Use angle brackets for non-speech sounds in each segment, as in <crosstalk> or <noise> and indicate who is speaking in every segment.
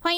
Speaker 1: 欢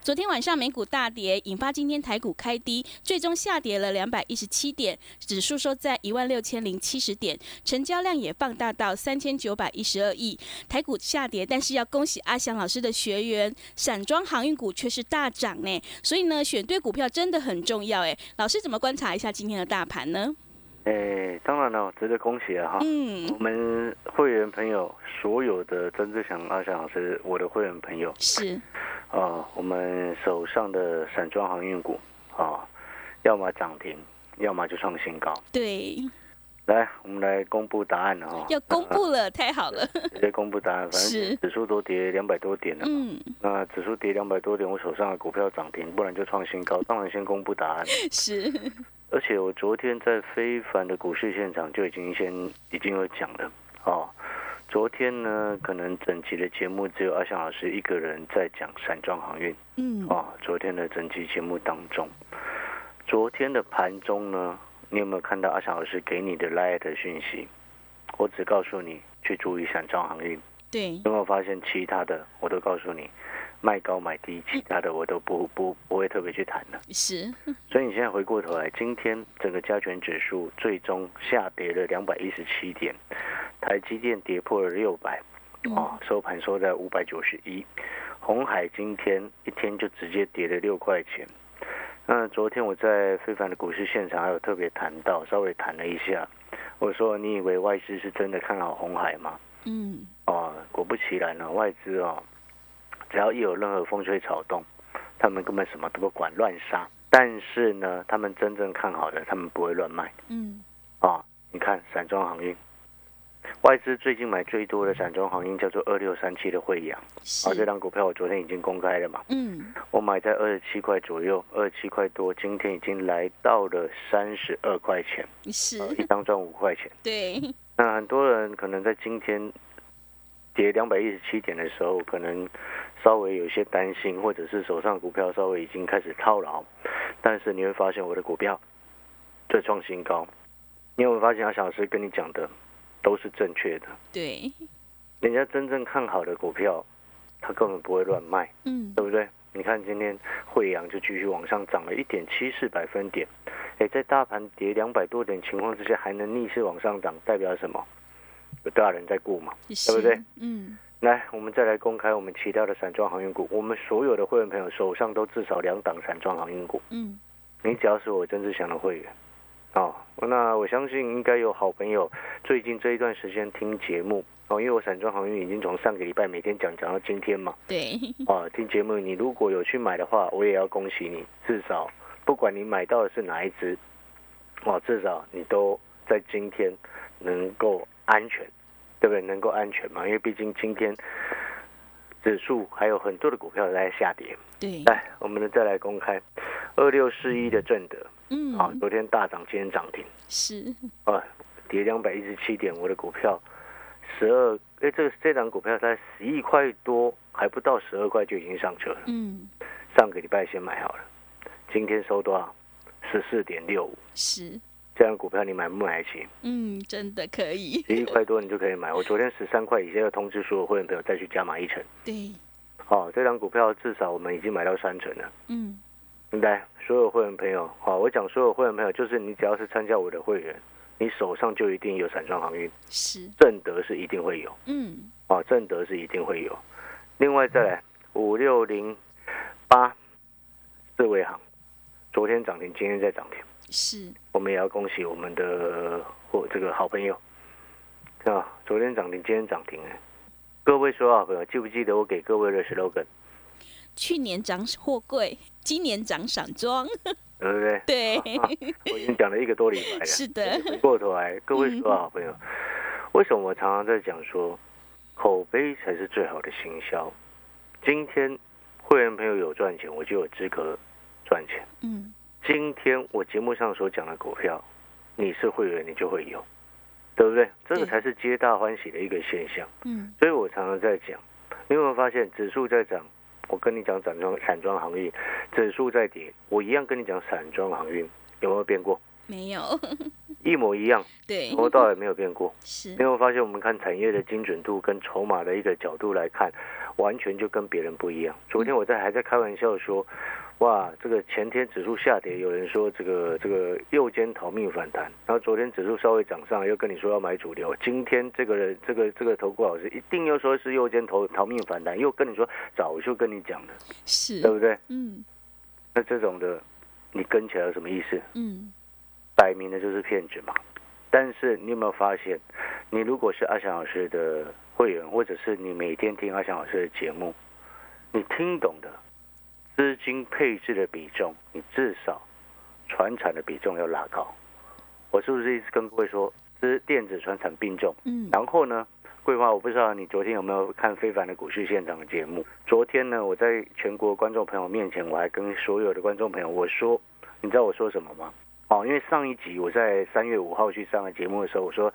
Speaker 1: 昨天晚上美股大跌，引发今天台股开低，最终下跌了两百一十七点，指数收在一万六千零七十点，成交量也放大到三千九百一十二亿。台股下跌，但是要恭喜阿翔老师的学员，散装航运股却是大涨呢。所以呢，选对股票真的很重要哎。老师怎么观察一下今天的大盘呢？
Speaker 2: 哎，当然了，值得恭喜啊了哈。
Speaker 1: 嗯
Speaker 2: 我，们会员朋友，所有的曾志祥、阿翔老师，我的会员朋友
Speaker 1: 是，
Speaker 2: 啊、我们手上的散装航运股啊、要么涨停，要么就创新高。
Speaker 1: 对，
Speaker 2: 来，我们来公布答案了哈。
Speaker 1: 要公布了，太好了。
Speaker 2: 呃直接公布答案，反
Speaker 1: 是
Speaker 2: 正指数都跌两百多点了。
Speaker 1: 嗯，
Speaker 2: 那指数跌两百多点，我手上的股票涨停，不然就创新高。当然先公布答案。
Speaker 1: 是，
Speaker 2: 而且我昨天在非凡的股市现场就已经先已经有讲了哦。昨天呢，可能整期的节目只有阿翔老师一个人在讲散装航运
Speaker 1: 嗯，
Speaker 2: 哦。昨天的整期节目当中，昨天的盘中呢，你有没有看到阿翔老师给你的 light 讯息？我只告诉你去注意散装航运，
Speaker 1: 对，
Speaker 2: 有没有发现其他的我都告诉你，卖高买低，其他的我都不不不会特别去谈了。
Speaker 1: 是，
Speaker 2: 所以你现在回过头来，今天整个加权指数最终下跌了两百一十七点，台积电跌破了六百、
Speaker 1: 嗯
Speaker 2: 哦，收盘收在五百九十一，红海今天一天就直接跌了六块钱。那昨天我在非凡的股市现场还有特别谈到，稍微谈了一下，我说你以为外资是真的看好红海吗？
Speaker 1: 嗯，
Speaker 2: 哦，果不其然呢、外资哦，只要一有任何风吹草动，他们根本什么都不管，乱杀。但是呢，他们真正看好的，他们不会乱卖
Speaker 1: 嗯，
Speaker 2: 啊、哦你看散装航运，外资最近买最多的散装航运叫做二六三七的惠阳啊，这
Speaker 1: 是，
Speaker 2: 张股票我昨天已经公开了嘛，
Speaker 1: 嗯，
Speaker 2: 我买在二十七块左右，二十七块多，今天已经来到了三十二块钱，呃
Speaker 1: 是，
Speaker 2: 一张赚五块钱。
Speaker 1: 对， <laughs>
Speaker 2: 那很多人可能在今天跌两百一十七点的时候，可能稍微有些担心，或者是手上股票稍微已经开始套牢，但是你会发现我的股票在创新高，你有没有发现阿小师跟你讲的都是正确的？
Speaker 1: 对，
Speaker 2: 人家真正看好的股票，他根本不会乱卖，
Speaker 1: 嗯，
Speaker 2: 对不对？你看今天惠阳就继续往上涨了一点七四百分点，哎，在大盘跌两百多点情况之下还能逆势往上涨，代表什么？有大人在顾嘛？
Speaker 1: 是，
Speaker 2: 对不对？
Speaker 1: 嗯，
Speaker 2: 来，我们再来公开我们其他的散装航运股，我们所有的会员朋友手上都至少两档散装航运股，
Speaker 1: 嗯，
Speaker 2: 你只要是我曾志祥的会员。哦，那我相信应该有好朋友最近这一段时间听节目哦，因为我散装航运已经从上个礼拜每天讲讲到今天嘛，
Speaker 1: 对，
Speaker 2: 啊，听节目你如果有去买的话，我也要恭喜你，至少不管你买到的是哪一只，哦，至少你都在今天能够安全，对不对？能够安全嘛，因为毕竟今天指数还有很多的股票在下跌。
Speaker 1: 对，
Speaker 2: 来，我们再来公开二六四一的正德，啊，
Speaker 1: 嗯，
Speaker 2: 昨天大涨，今天涨停，
Speaker 1: 是，
Speaker 2: 啊，跌两百一十七点，我的股票十二，哎，这个这档股票在十一块多，还不到十二块就已经上车了。
Speaker 1: 嗯，
Speaker 2: 上个礼拜先买好了，今天收多少？十四点六五。
Speaker 1: 是，
Speaker 2: 这样股票你买不买得起？
Speaker 1: 嗯，真的可以，
Speaker 2: 十一块多你就可以买。我昨天十三块以下要通知所有会员朋友再去加码一成。
Speaker 1: 对，
Speaker 2: 哦，这张股票至少我们已经买到三成了。
Speaker 1: 嗯，
Speaker 2: 来，所有会员朋友，好、我讲所有会员朋友，就是你只要是参加我的会员，你手上就一定有散装航运，
Speaker 1: 是，
Speaker 2: 正德是一定会有，
Speaker 1: 嗯，
Speaker 2: 哦，正德是一定会有。另外再来五六零八，四维行，昨天涨停，今天在涨停。
Speaker 1: 是，
Speaker 2: 我们也要恭喜我们的或这个好朋友，啊，昨天涨停，今天涨停哎。各位所有好朋友，记不记得我给各位的 slogan？
Speaker 1: 去年涨货柜，今年涨散装，
Speaker 2: 对不对？ <laughs> 啊
Speaker 1: 对，
Speaker 2: 我已经讲了一个多礼拜了。
Speaker 1: <laughs> 是的，嗯
Speaker 2: 回过头来，各位所有好朋友，为什么我常常在讲说，口碑才是最好的行销？今天会员朋友有赚钱，我就有资格赚钱。
Speaker 1: 嗯，
Speaker 2: 今天我节目上所讲的股票，你是会员，你就会有，对不对？这个
Speaker 1: 对
Speaker 2: 才是皆大欢喜的一个现象。
Speaker 1: 嗯，
Speaker 2: 所以我常常在讲，你有没有发现指数在涨？我跟你讲散装散装航运，指数在跌，我一样跟你讲散装航运，有没有变过？
Speaker 1: 没有，
Speaker 2: 一模一样，
Speaker 1: 对
Speaker 2: 从，头到尾没有变过。
Speaker 1: 是
Speaker 2: 你，有没有发现我们看产业的精准度跟筹码的一个角度来看，完全就跟别人不一样。昨天我在还在开玩笑说，哇，这个前天指数下跌，有人说这个这个右肩逃命反弹，然后昨天指数稍微涨上，又跟你说要买主流，今天这个人这个这个投顾老师一定又说是右肩逃逃命反弹，又跟你说早就跟你讲了，对
Speaker 1: 是，
Speaker 2: 不对？
Speaker 1: 嗯
Speaker 2: 那这种的，你跟起来有什么意思？
Speaker 1: 嗯，
Speaker 2: 摆明的就是骗子嘛。但是你有没有发现，你如果是阿翔老师的会员，或者是你每天听阿翔老师的节目，你听懂的资金配置的比重，你至少船产的比重要拉高。我是不是一直跟各位说，资电子船产并重？
Speaker 1: 嗯，
Speaker 2: 然后呢，桂花，我不知道你昨天有没有看非凡的股市现场的节目。昨天呢，我在全国观众朋友面前，我还跟所有的观众朋友我说，你知道我说什么吗？哦，因为上一集我在三月五号去上的节目的时候，我说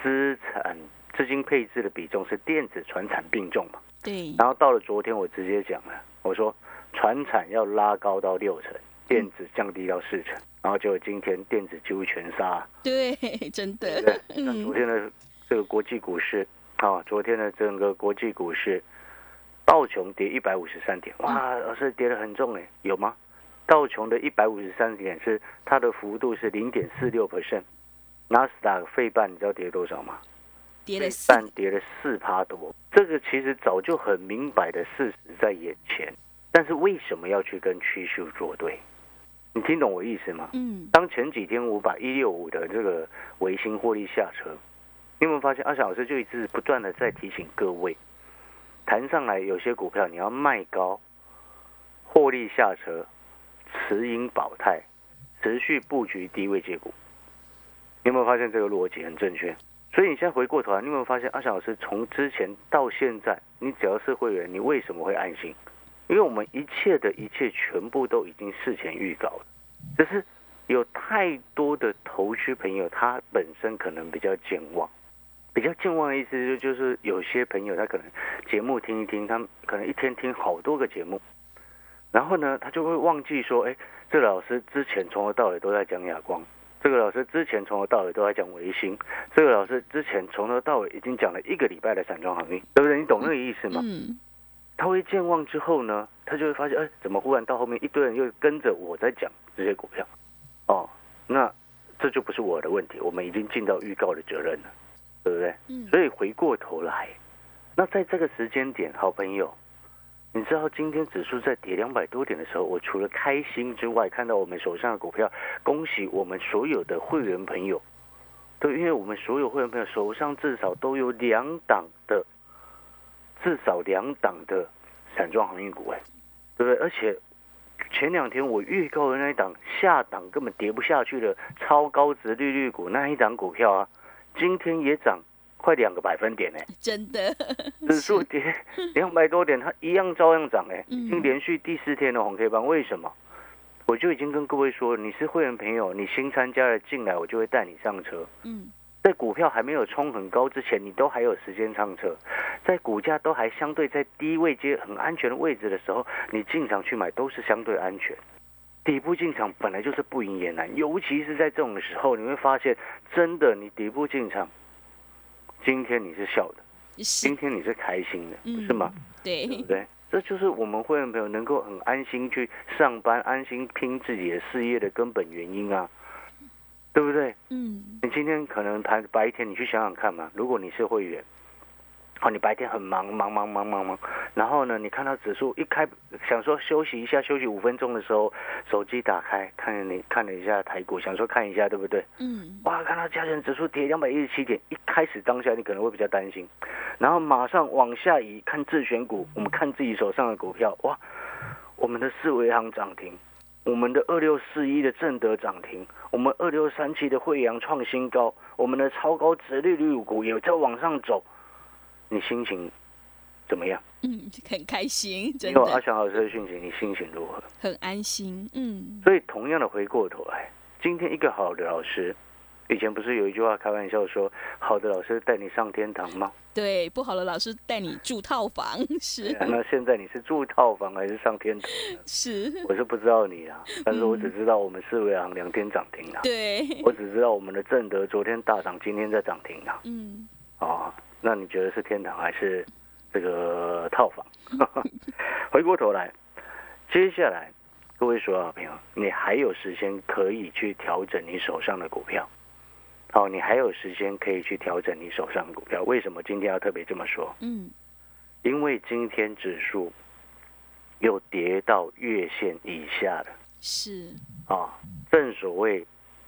Speaker 2: 资产资金配置的比重是电子船产并重嘛。
Speaker 1: 对，
Speaker 2: 然后到了昨天，我直接讲了，我说船产要拉高到六成，电子降低到四成，然后结果今天电子几乎全杀、
Speaker 1: 对， <laughs> 真
Speaker 2: 对
Speaker 1: 的，
Speaker 2: 不对？那昨
Speaker 1: 嗯
Speaker 2: 天的这个国际股市啊，昨天的整个国际股市，道琼跌一百五十三点，哇，
Speaker 1: 嗯
Speaker 2: 老师跌得很重哎，有吗？道琼的一百五十三点是它的幅度是零点四六 percent，纳斯达克费半你知道跌多少吗？
Speaker 1: 跌
Speaker 2: 费
Speaker 1: 了四，
Speaker 2: 半跌了四趴多，这个其实早就很明白的事实在眼前，但是为什么要去跟趋势作对？你听懂我意思吗？
Speaker 1: 嗯，
Speaker 2: 当前几天我把一六五的这个维新获利下车，你有没有发现阿翔老师就一直不断的在提醒各位，谈上来有些股票你要卖高，获利下车，持盈保泰，持续布局低位接股。你有没有发现这个逻辑很正确？所以你现在回过头来，你有没有发现阿翔老师从之前到现在，你只要是会员，你为什么会安心？因为我们一切的一切全部都已经事前预告了，只是有太多的投资朋友，他本身可能比较健忘。比较健忘的意思就就是有些朋友他可能节目听一听，他可能一天听好多个节目，然后呢，他就会忘记说，哎、这个老师之前从头到尾都在讲哑光，这个老师之前从头到尾都在讲维新，这个老师之前从头到尾已经讲了一个礼拜的散装航运，对不对？你懂那个意思吗？
Speaker 1: 嗯，
Speaker 2: 他会健忘之后呢，他就会发现，哎，怎么忽然到后面一堆人又跟着我在讲这些股票？哦，那这就不是我的问题，我们已经尽到预告的责任了，对不对？
Speaker 1: 嗯，
Speaker 2: 所以回过头来，那在这个时间点，好朋友，你知道今天指数在跌两百多点的时候，我除了开心之外，看到我们手上的股票，恭喜我们所有的会员朋友，对，因为我们所有会员朋友手上至少都有两档的，至少两档的散装航运股，哎，对不对？而且。前两天我预告的那一档下档根本跌不下去的超高值利率股那一档股票啊，今天也涨快两个百分点呢、
Speaker 1: 真的，
Speaker 2: 指数跌两百多点，它一样照样涨哎、
Speaker 1: 嗯
Speaker 2: 已经连续第四天的红 K 棒，为什么？我就已经跟各位说，你是会员朋友，你新参加了进来，我就会带你上车。
Speaker 1: 嗯，
Speaker 2: 在股票还没有冲很高之前，你都还有时间上车；在股价都还相对在低位接很安全的位置的时候，你进场去买都是相对安全。底部进场本来就是不赢也难，尤其是在这种时候，你会发现，真的你底部进场，今天你是笑的。
Speaker 1: 嗯是
Speaker 2: 今，天你是开心的，
Speaker 1: 嗯
Speaker 2: 不是吗？对
Speaker 1: 对
Speaker 2: 不，对？这就是我们会员朋友能够很安心去上班、安心拼自己的事业的根本原因啊，对不对？
Speaker 1: 嗯，
Speaker 2: 你今天可能白白天，你去想想看嘛，如果你是会员。哦，你白天很忙，忙忙忙忙忙，然后呢，你看到指数一开，想说休息一下，休息五分钟的时候，手机打开，看你看了一下台股，想说看一下，对不对？
Speaker 1: 嗯，
Speaker 2: 哇，看到加权指数跌两百一十七点，一开始当下你可能会比较担心，然后马上往下移，看自选股，我们看自己手上的股票，哇，我们的四维行涨停，我们的二六四一的正德涨停，我们二六三七的惠阳创新高，我们的超高值利率股也在往上走，你心情怎么样？
Speaker 1: 嗯，很开心，
Speaker 2: 你
Speaker 1: 真
Speaker 2: 有啊阿
Speaker 1: 的
Speaker 2: 翔老师的讯息，你心情如何？
Speaker 1: 很安心。嗯，
Speaker 2: 所以同样的回过头来，今天一个好的老师，以前不是有一句话开玩笑说，好的老师带你上天堂吗？
Speaker 1: 对，不好的老师带你住套房，是
Speaker 2: 那现在你是住套房还是上天堂？
Speaker 1: 是，
Speaker 2: 我是不知道你啊，但是我只知道我们四维行两天涨停
Speaker 1: 嗯
Speaker 2: 了、
Speaker 1: 对，
Speaker 2: 我只知道我们的正德昨天大涨，今天在涨停啊。
Speaker 1: 嗯，
Speaker 2: 哦，那你觉得是天堂还是这个套房？回过头来，接下来各位所有朋友，你还有时间可以去调整你手上的股票。哦，你还有时间可以去调整你手上的股票。为什么今天要特别这么说？
Speaker 1: 嗯，
Speaker 2: 因为今天指数又跌到月线以下了
Speaker 1: 是，
Speaker 2: 啊，正所谓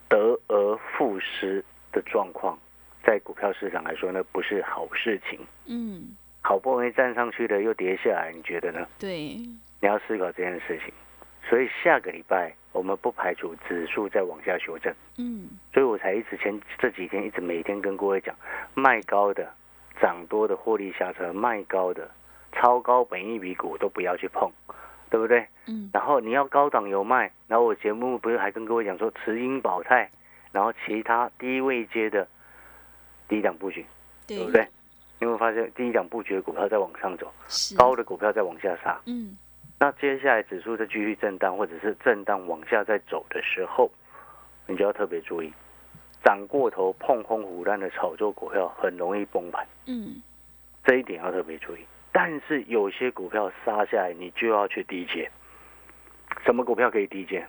Speaker 2: 得而复失的状况，在股票市场来说，那不是好事情。
Speaker 1: 嗯，
Speaker 2: 好不容易站上去的又跌下来，你觉得呢？
Speaker 1: 对，
Speaker 2: 你要思考这件事情。所以下个礼拜我们不排除指数再往下修正，
Speaker 1: 嗯，
Speaker 2: 所以我才一直前这几天一直每天跟各位讲，卖高的、涨多的获利下车，卖高的、超高本益比股都不要去碰，对不对？
Speaker 1: 嗯，
Speaker 2: 然后你要高档有卖，然后我节目不是还跟各位讲说持盈保泰，然后其他低位接的低档布局，
Speaker 1: 对
Speaker 2: 对不对？你有没有发现低档布局的股票在往上走？
Speaker 1: 是，
Speaker 2: 高的股票再往下杀，
Speaker 1: 嗯，
Speaker 2: 那接下来指数再继续震荡，或者是震荡往下再走的时候，你就要特别注意，涨过头碰空胡乱的炒作股票很容易崩盘，
Speaker 1: 嗯，
Speaker 2: 这一点要特别注意。但是有些股票杀下来，你就要去低接。什么股票可以低接？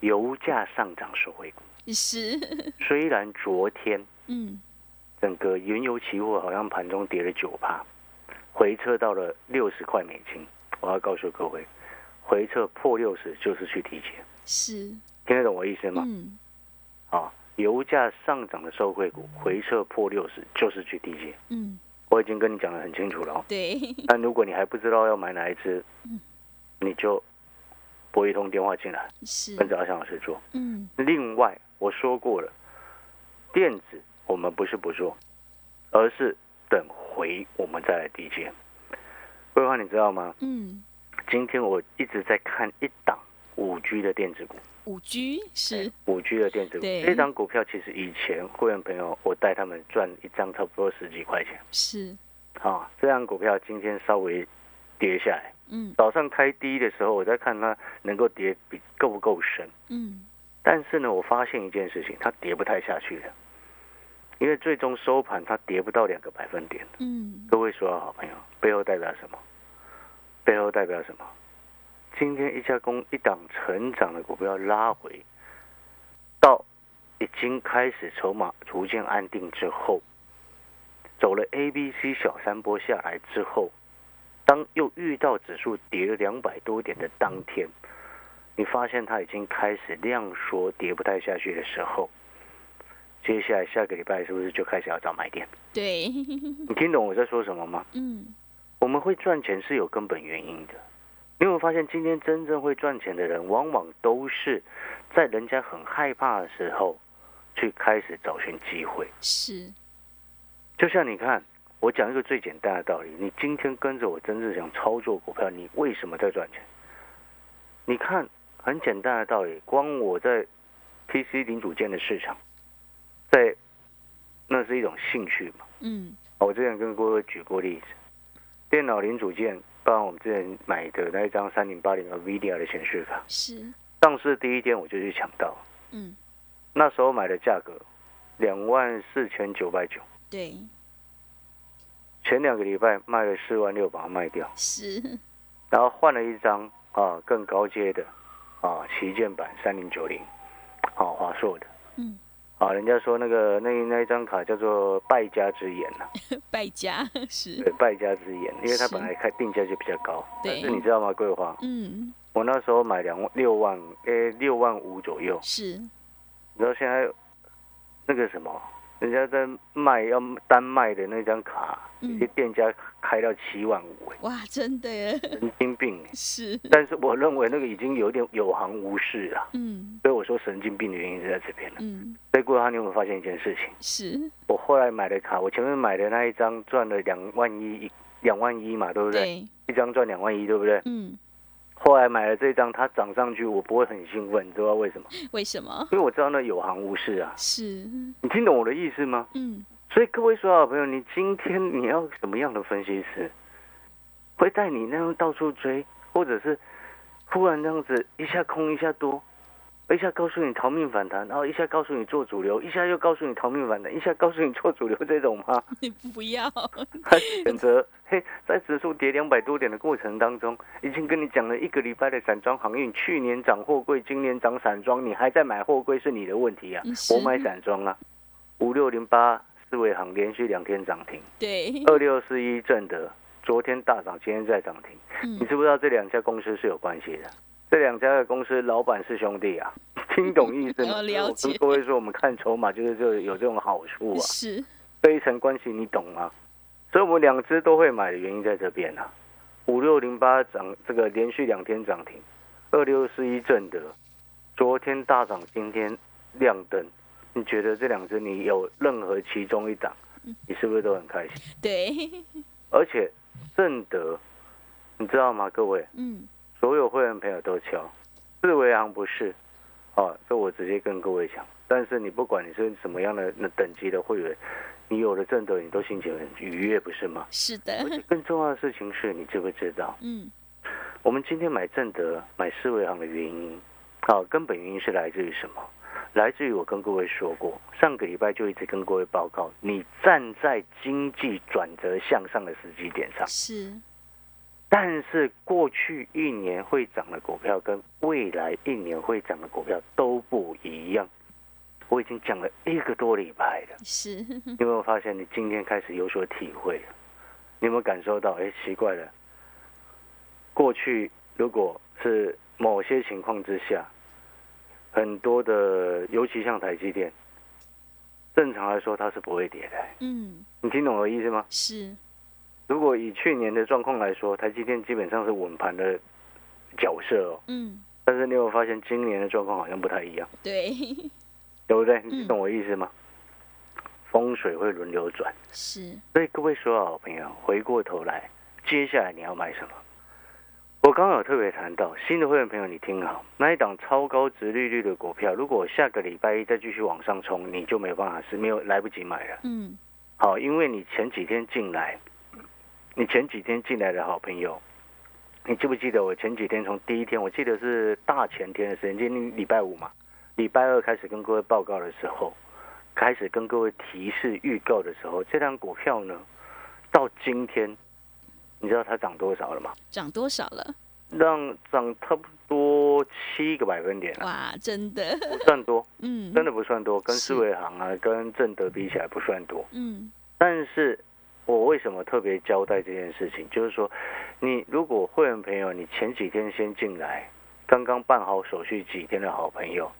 Speaker 2: 油价上涨受惠股。
Speaker 1: 是， <laughs>
Speaker 2: 虽然昨天
Speaker 1: 嗯，
Speaker 2: 整个原油期货好像盘中跌了九趴，回撤到了六十块美金。我要告诉各位，回撤破六十就是去提前，
Speaker 1: 是，
Speaker 2: 听得懂我意思吗？
Speaker 1: 嗯，
Speaker 2: 啊，油价上涨的受惠股回撤破六十就是去提前，
Speaker 1: 嗯，
Speaker 2: 我已经跟你讲得很清楚了哦。
Speaker 1: 对，
Speaker 2: 但如果你还不知道要买哪一只
Speaker 1: 嗯，
Speaker 2: 你就拨一通电话进来，
Speaker 1: 是，
Speaker 2: 跟着阿翔老师做。
Speaker 1: 嗯，
Speaker 2: 另外，我说过了，电子我们不是不做，而是等回我们再来低接。桂花，你知道吗？
Speaker 1: 嗯，
Speaker 2: 今天我一直在看一档五 G 的电子股，
Speaker 1: 五 G 是，
Speaker 2: 五 G 的电子股
Speaker 1: 对
Speaker 2: 这档股票其实以前会员朋友我带他们赚一张差不多十几块钱
Speaker 1: 是，
Speaker 2: 啊，这档股票今天稍微跌下来，
Speaker 1: 嗯，
Speaker 2: 早上开低的时候我在看它能够跌比够不够深。
Speaker 1: 嗯，
Speaker 2: 但是呢，我发现一件事情，它跌不太下去了，因为最终收盘它跌不到两个百分点。
Speaker 1: 嗯，
Speaker 2: 各位所有好朋友，背后代表什么？背后代表什么？今天一家公一档成长的股票拉回到已经开始筹码逐渐安定之后，走了 A、B、C 小山坡下来之后，当又遇到指数跌了两百多点的当天，你发现它已经开始量缩，跌不太下去的时候，接下来下个礼拜是不是就开始要找买点？
Speaker 1: 对，
Speaker 2: 你听懂我在说什么吗？
Speaker 1: 嗯，
Speaker 2: 我们会赚钱是有根本原因的。你有没有发现，今天真正会赚钱的人，往往都是在人家很害怕的时候，去开始找寻机会。
Speaker 1: 是，
Speaker 2: 就像你看，我讲一个最简单的道理：你今天跟着我真正想操作股票，你为什么在赚钱？你看，很简单的道理，光我在 PC 零组件的市场，在那是一种兴趣嘛。
Speaker 1: 嗯，
Speaker 2: 我之前跟各位举过例子，电脑零组件，包括我们之前买的那一张三零八零 NVIDIA 的显示卡，
Speaker 1: 是，
Speaker 2: 上市第一天我就去抢到，
Speaker 1: 嗯，
Speaker 2: 那时候买的价格两万四千九百九，
Speaker 1: 对，
Speaker 2: 前两个礼拜卖了四万六，把它卖掉，
Speaker 1: 是，
Speaker 2: 然后换了一张啊更高阶的啊旗舰版三零九零，啊华硕的。
Speaker 1: 嗯，
Speaker 2: 啊，人家说那个那那一张卡叫做败家之眼呐、
Speaker 1: 败家是，
Speaker 2: 对，败家之眼，因为它
Speaker 1: 是
Speaker 2: 本来开定价就比较高，但
Speaker 1: 对
Speaker 2: 是你知道吗，桂花？
Speaker 1: 嗯，
Speaker 2: 我那时候买两万六万，诶、六万五左右。
Speaker 1: 是，
Speaker 2: 你知道现在那个什么人家在卖要单卖的那张卡，
Speaker 1: 嗯
Speaker 2: 有些店家开到七万五，
Speaker 1: 哇，真的耶，
Speaker 2: 神经病。
Speaker 1: 是，
Speaker 2: 但是我认为那个已经有点有行无市了，
Speaker 1: 嗯
Speaker 2: 所以我说神经病的原因是在这边了。
Speaker 1: 嗯，
Speaker 2: 所以顾浩，你有没有发现一件事情？
Speaker 1: 是，
Speaker 2: 我后来买的卡，我前面买的那一张赚了两万一，一两万一嘛，对不对？
Speaker 1: 对，
Speaker 2: 一张赚两万一，对不对？
Speaker 1: 嗯，
Speaker 2: 后来买了这张，它涨上去，我不会很兴奋，你知道为什么？
Speaker 1: 为什么？
Speaker 2: 因为我知道那有行无市啊。
Speaker 1: 是，
Speaker 2: 你听懂我的意思吗？
Speaker 1: 嗯
Speaker 2: 所以各位所有朋友，你今天你要什么样的分析师，会带你那样到处追，或者是忽然这样子一下空一下多，一下告诉你逃命反弹，然后一下告诉你做主流，一下又告诉你逃命反弹，一下告诉你做主流这种吗？
Speaker 1: 你不要，
Speaker 2: 他选择嘿，在指数跌两百多点的过程当中，已经跟你讲了一个礼拜的散装航运，去年涨货柜，今年涨散装，你还在买货柜是你的问题啊
Speaker 1: 嗯！是
Speaker 2: 我买散装啊，五六零八四维行连续两天涨停，
Speaker 1: 对，
Speaker 2: 二六四一正德昨天大涨，今天再涨停，
Speaker 1: 嗯
Speaker 2: 你，知不知道这两家公司是有关系的？这两家的公司老板是兄弟啊， <laughs> 听懂意思吗？
Speaker 1: 哦了
Speaker 2: 所
Speaker 1: 解
Speaker 2: 以我跟各位说，我们看筹码就是这有这种好处啊。
Speaker 1: 是，
Speaker 2: 这一层关系你懂吗？所以我们两只都会买的原因在这边啊。五六零八涨，这个连续两天涨停，二六四一正德，昨天大涨，今天亮灯。你觉得这两只你有任何其中一档，你是不是都很开心？
Speaker 1: 对，
Speaker 2: 而且正德，你知道吗？各位，
Speaker 1: 嗯
Speaker 2: 所有会员朋友都敲，四维行不是，哦，这我直接跟各位讲。但是你不管你是什么样的那等级的会员，你有了正德，你都心情很愉悦，不是吗？
Speaker 1: 是的，
Speaker 2: 更重要的事情是你知不知道，
Speaker 1: 嗯
Speaker 2: 我们今天买正德、买四维行的原因，好、根本原因是来自于什么？来自于我跟各位说过，上个礼拜就一直跟各位报告，你站在经济转折向上的时机点上。
Speaker 1: 是，
Speaker 2: 但是过去一年会涨的股票跟未来一年会涨的股票都不一样。我已经讲了一个多礼拜了，
Speaker 1: 是，
Speaker 2: 你有没有发现你今天开始有所体会了？你有没有感受到？哎，奇怪了，过去如果是某些情况之下，很多的，尤其像台积电，正常来说它是不会跌的。
Speaker 1: 嗯
Speaker 2: 你听懂我的意思吗？
Speaker 1: 是，
Speaker 2: 如果以去年的状况来说，台积电基本上是稳盘的角色哦。
Speaker 1: 嗯
Speaker 2: 但是你有没有发现今年的状况好像不太一样，
Speaker 1: 对，
Speaker 2: 对不对？你懂我意思吗？风水会轮流转，
Speaker 1: 是，
Speaker 2: 所以各位所有好朋友，回过头来，接下来你要买什么？我刚刚有特别谈到新的会员朋友，你听好，那一档超高值利率的股票，如果下个礼拜一再继续往上冲，你就没有办法，是没有来不及买了。
Speaker 1: 嗯
Speaker 2: 好，因为你前几天进来，你前几天进来的好朋友，你记不记得我前几天从第一天，我记得是大前天的时间，今天礼拜五嘛，礼拜二开始跟各位报告的时候，开始跟各位提示预告的时候，这张股票呢，到今天，你知道它涨多少了吗？
Speaker 1: 涨多少了？
Speaker 2: 让涨差不多七个百分点了、
Speaker 1: 哇，真的，
Speaker 2: 不算多，
Speaker 1: 嗯，
Speaker 2: 真的不算多，跟
Speaker 1: 是
Speaker 2: 四维行啊，跟正德比起来不算多。
Speaker 1: 嗯
Speaker 2: 但是我为什么特别交代这件事情？就是说，你如果会员朋友，你前几天先进来，刚刚办好手续几天的好朋友，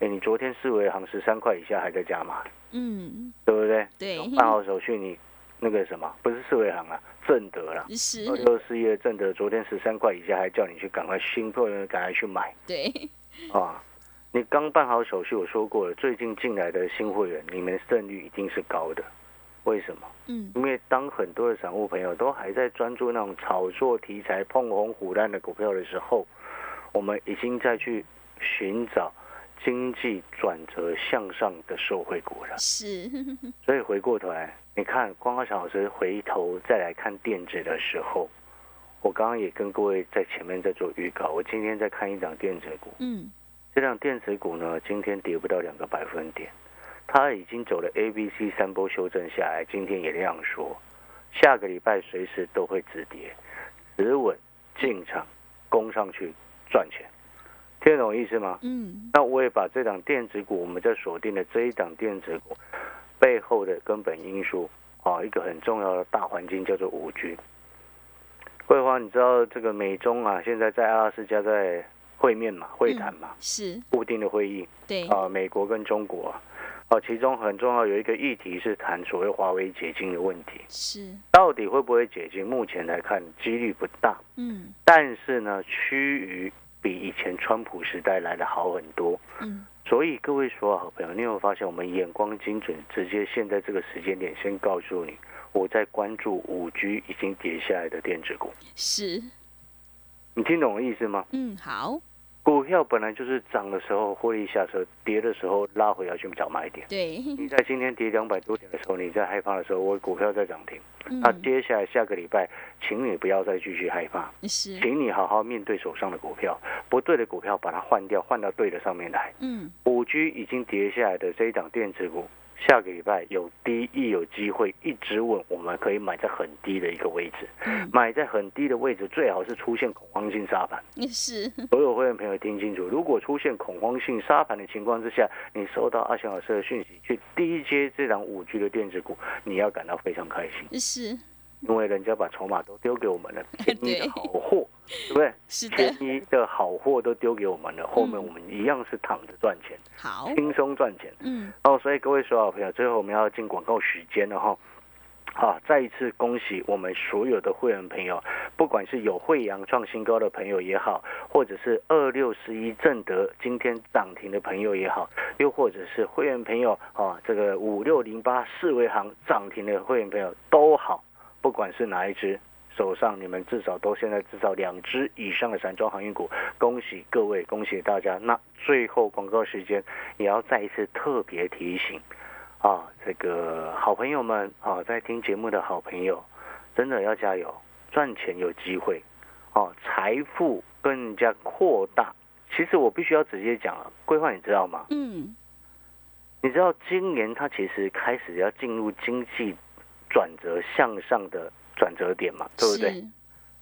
Speaker 2: 哎，你昨天四维行十三块以下还在加码，
Speaker 1: 嗯，
Speaker 2: 对不对？
Speaker 1: 对，
Speaker 2: 办好手续你那个什么，不是四维行啊，正德啦。
Speaker 1: 是，
Speaker 2: 二六四一的正德，昨天十三块以下，还叫你去赶快新会员赶快去买
Speaker 1: 对，
Speaker 2: 啊！你刚办好手续，我说过了，最近进来的新会员，你们胜率一定是高的，为什么？
Speaker 1: 嗯
Speaker 2: 因为当很多的散户朋友都还在专注那种炒作题材、碰红虎烂的股票的时候，我们已经在去寻找经济转折向上的受惠股了。
Speaker 1: 是， <laughs>
Speaker 2: 所以回过头来，你看光华小老师回头再来看电子的时候，我刚刚也跟各位在前面在做预告，我今天在看一档电子股，
Speaker 1: 嗯
Speaker 2: 这档电子股呢，今天跌不到两个百分点，它已经走了 A、B、C 三波修正下来，今天也量缩，下个礼拜随时都会止跌，止稳进场攻上去赚钱，听得懂我意思吗？
Speaker 1: 嗯
Speaker 2: 那我也把这档电子股，我们在锁定的这一档电子股背后的根本因素啊，一个很重要的大环境叫做五 G。桂花，你知道这个美中啊，现在在阿拉斯加在会面嘛，会谈嘛，
Speaker 1: 是，
Speaker 2: 固定的会议
Speaker 1: 对，
Speaker 2: 啊，美国跟中国啊，哦，其中很重要有一个议题是谈所谓华为解禁的问题，
Speaker 1: 是，
Speaker 2: 到底会不会解禁？目前来看几率不大，
Speaker 1: 嗯
Speaker 2: 但是呢，趋于比以前川普时代来的好很多。
Speaker 1: 嗯，
Speaker 2: 所以各位所有好朋友，你有没有发现我们眼光精准，直接现在这个时间点先告诉你，我在关注五 G 已经跌下来的电子股，
Speaker 1: 是，
Speaker 2: 你听懂我意思吗？
Speaker 1: 嗯，好，
Speaker 2: 股票本来就是涨的时候获利下车，跌的时候拉回要去找买点。
Speaker 1: 对，
Speaker 2: 你在今天跌两百多点的时候，你在害怕的时候，我股票在涨停。
Speaker 1: 嗯
Speaker 2: 那，接下来下个礼拜，请你不要再继续害怕，
Speaker 1: 是，
Speaker 2: 请你好好面对手上的股票，不对的股票把它换掉，换到对的上面来。
Speaker 1: 嗯
Speaker 2: 五 G 已经跌下来的这一档电子股，下个礼拜有低亦有机会一直稳，我们可以买在很低的一个位置，
Speaker 1: 嗯，
Speaker 2: 买在很低的位置，最好是出现恐慌性杀盘。
Speaker 1: 是，
Speaker 2: 所有会员朋友听清楚，如果出现恐慌性杀盘的情况之下，你收到阿翔老师的讯息去低接这档五 G 的电子股，你要感到非常开心，
Speaker 1: 是，
Speaker 2: 因为人家把筹码都丢给我们了，便宜
Speaker 1: <laughs> 对
Speaker 2: 的好货，对不对？
Speaker 1: <laughs> 是
Speaker 2: 便
Speaker 1: 的，嗯
Speaker 2: 宜的好货都丢给我们了，后面我们一样是躺着赚钱，
Speaker 1: 好，
Speaker 2: 轻松赚钱。
Speaker 1: 嗯
Speaker 2: 哦，所以各位所有好朋友，最后我们要进广告时间了哈。好，再一次恭喜我们所有的会员朋友，不管是有惠阳创新高的朋友也好，或者是二六十一正德今天涨停的朋友也好，又或者是会员朋友啊，这个五六零八四维行涨停的会员朋友都好，不管是哪一只，手上你们至少都现在至少两只以上的散装航运股，恭喜各位，恭喜大家。那最后广告时间，也要再一次特别提醒啊，这个好朋友们啊，在听节目的好朋友，真的要加油，赚钱有机会，哦、财富更加扩大。其实我必须要直接讲了，规划你知道吗？
Speaker 1: 嗯，
Speaker 2: 你知道今年它其实开始要进入经济转折向上的转折点嘛，对不对？
Speaker 1: 是，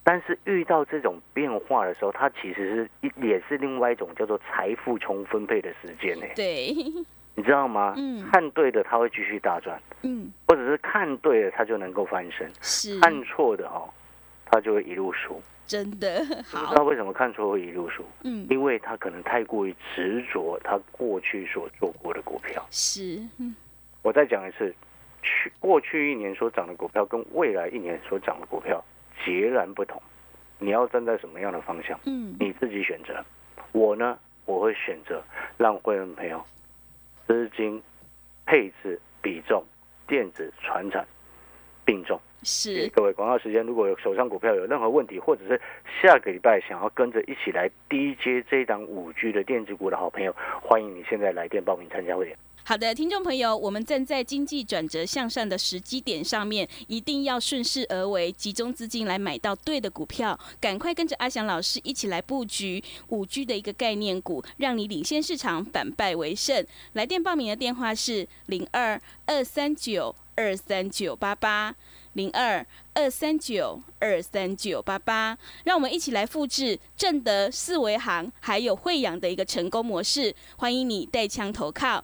Speaker 2: 但是遇到这种变化的时候，它其实是一也是另外一种叫做财富重分配的时间呢，
Speaker 1: 对，
Speaker 2: 你知道吗？
Speaker 1: 嗯
Speaker 2: 看对的他会继续大赚，
Speaker 1: 嗯，
Speaker 2: 或者是看对了他就能够翻身，
Speaker 1: 是，
Speaker 2: 看错的哦，他就会一路输。
Speaker 1: 真的
Speaker 2: 你
Speaker 1: 好
Speaker 2: 知，道为什么看错会一路输？
Speaker 1: 嗯，
Speaker 2: 因为他可能太过于执着他过去所做过的股票。
Speaker 1: 是，嗯
Speaker 2: 我再讲一次，去过去一年所涨的股票跟未来一年所涨的股票截然不同，你要站在什么样的方向？
Speaker 1: 嗯，
Speaker 2: 你自己选择。我呢，我会选择让会员朋友资金配置比重电子、船产并重。谢谢
Speaker 1: 是，
Speaker 2: 各位，广告时间，如果有手上股票有任何问题，或者是下个礼拜想要跟着一起来低接这一档五 G 的电子股的好朋友，欢迎你现在来电报名参加会员。
Speaker 1: 好的，听众朋友，我们站在经济转折向上的时机点上面，一定要顺势而为，集中资金来买到对的股票，赶快跟着阿翔老师一起来布局五 G 的一个概念股，让你领先市场，反败为胜。来电报名的电话是零二二三九二三九八八零二二三九二三九八八。让我们一起来复制正德、四维行还有惠阳的一个成功模式。欢迎你带枪投靠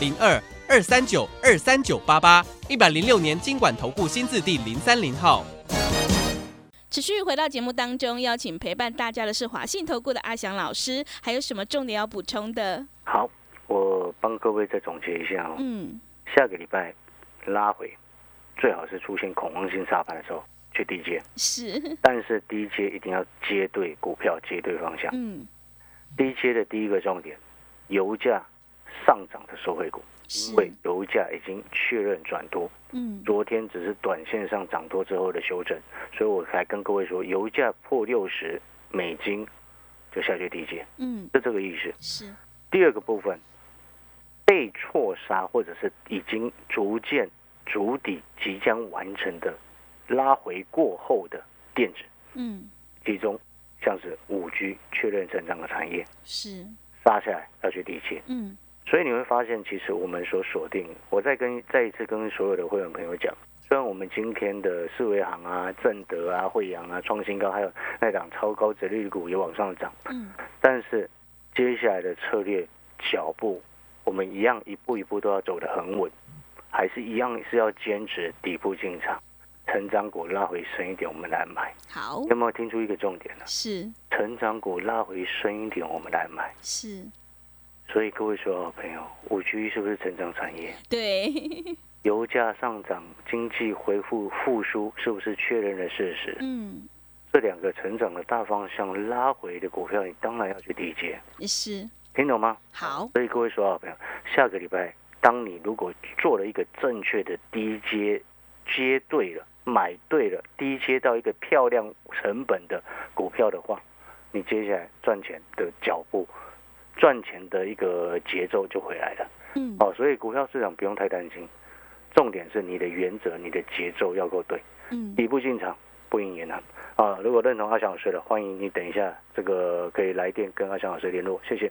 Speaker 3: 零二二三九二三九八八，一百零六年经管投顾新字第零三零号。
Speaker 1: 持续回到节目当中，邀请陪伴大家的是华信投顾的阿翔老师，还有什么重点要补充的？
Speaker 2: 好，我帮各位再总结一下哦。
Speaker 1: 嗯，
Speaker 2: 下个礼拜拉回，最好是出现恐慌性沙盘的时候去低接，
Speaker 1: 是，
Speaker 2: 但是低接一定要接对股票，接对方向。
Speaker 1: 嗯，
Speaker 2: 低接的第一个重点，油价上涨的受惠股，
Speaker 1: 是
Speaker 2: 因，为油价已经确认转多，
Speaker 1: 嗯，
Speaker 2: 昨天只是短线上涨多之后的修正，所以我才跟各位说，油价破六十美金就下去低接，
Speaker 1: 嗯，
Speaker 2: 是这个意思。
Speaker 1: 是，
Speaker 2: 第二个部分，被错杀或者是已经逐渐筑底、即将完成的拉回过后的电子，
Speaker 1: 嗯，
Speaker 2: 其中像是五 G 确认成长的产业
Speaker 1: 是，
Speaker 2: 杀下来要去低接，
Speaker 1: 嗯，
Speaker 2: 所以你会发现，其实我们所锁定，我再跟再一次跟所有的会员朋友讲，虽然我们今天的四维行啊、正德啊、惠阳啊创新高，还有那档超高折率股也往上涨，
Speaker 1: 嗯，
Speaker 2: 但是接下来的策略脚步，我们一样一步一步都要走得很稳，还是一样是要坚持底部进场，成长股拉回深一点，我们来买。
Speaker 1: 好，
Speaker 2: 有没有听出一个重点呢、
Speaker 1: 是
Speaker 2: 成长股拉回深一点，我们来买。
Speaker 1: 是，
Speaker 2: 所以各位所有好朋友，五 G 是不是成长产业？
Speaker 1: 对， <laughs>
Speaker 2: 油价上涨，经济恢复复苏，是不是确认了事实？
Speaker 1: 嗯，
Speaker 2: 这两个成长的大方向拉回的股票，你当然要去理解，
Speaker 1: 是
Speaker 2: 听懂吗？
Speaker 1: 好，
Speaker 2: 所以各位所有好朋友，下个礼拜，当你如果做了一个正确的低阶接对了，买对了，低阶到一个漂亮成本的股票的话，你接下来赚钱的脚步，赚钱的一个节奏就回来了。
Speaker 1: 嗯，
Speaker 2: 哦，所以股票市场不用太担心，重点是你的原则、你的节奏要够对，
Speaker 1: 嗯，
Speaker 2: 底部进场不赢也难啊。如果认同阿翔老师的，欢迎你等一下这个可以来电跟阿翔老师联络，谢谢。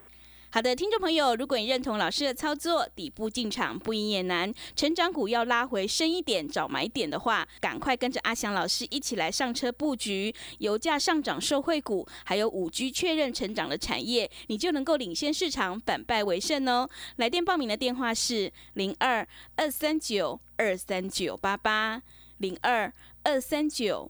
Speaker 1: 好的，听众朋友，如果你认同老师的操作，底部进场不赢也难，成长股要拉回深一点找买点的话，赶快跟着阿翔老师一起来上车布局，油价上涨受惠股，还有五 G 确认成长的产业，你就能够领先市场，反败为胜哦。来电报名的电话是零二二三九二三九八八零二二三九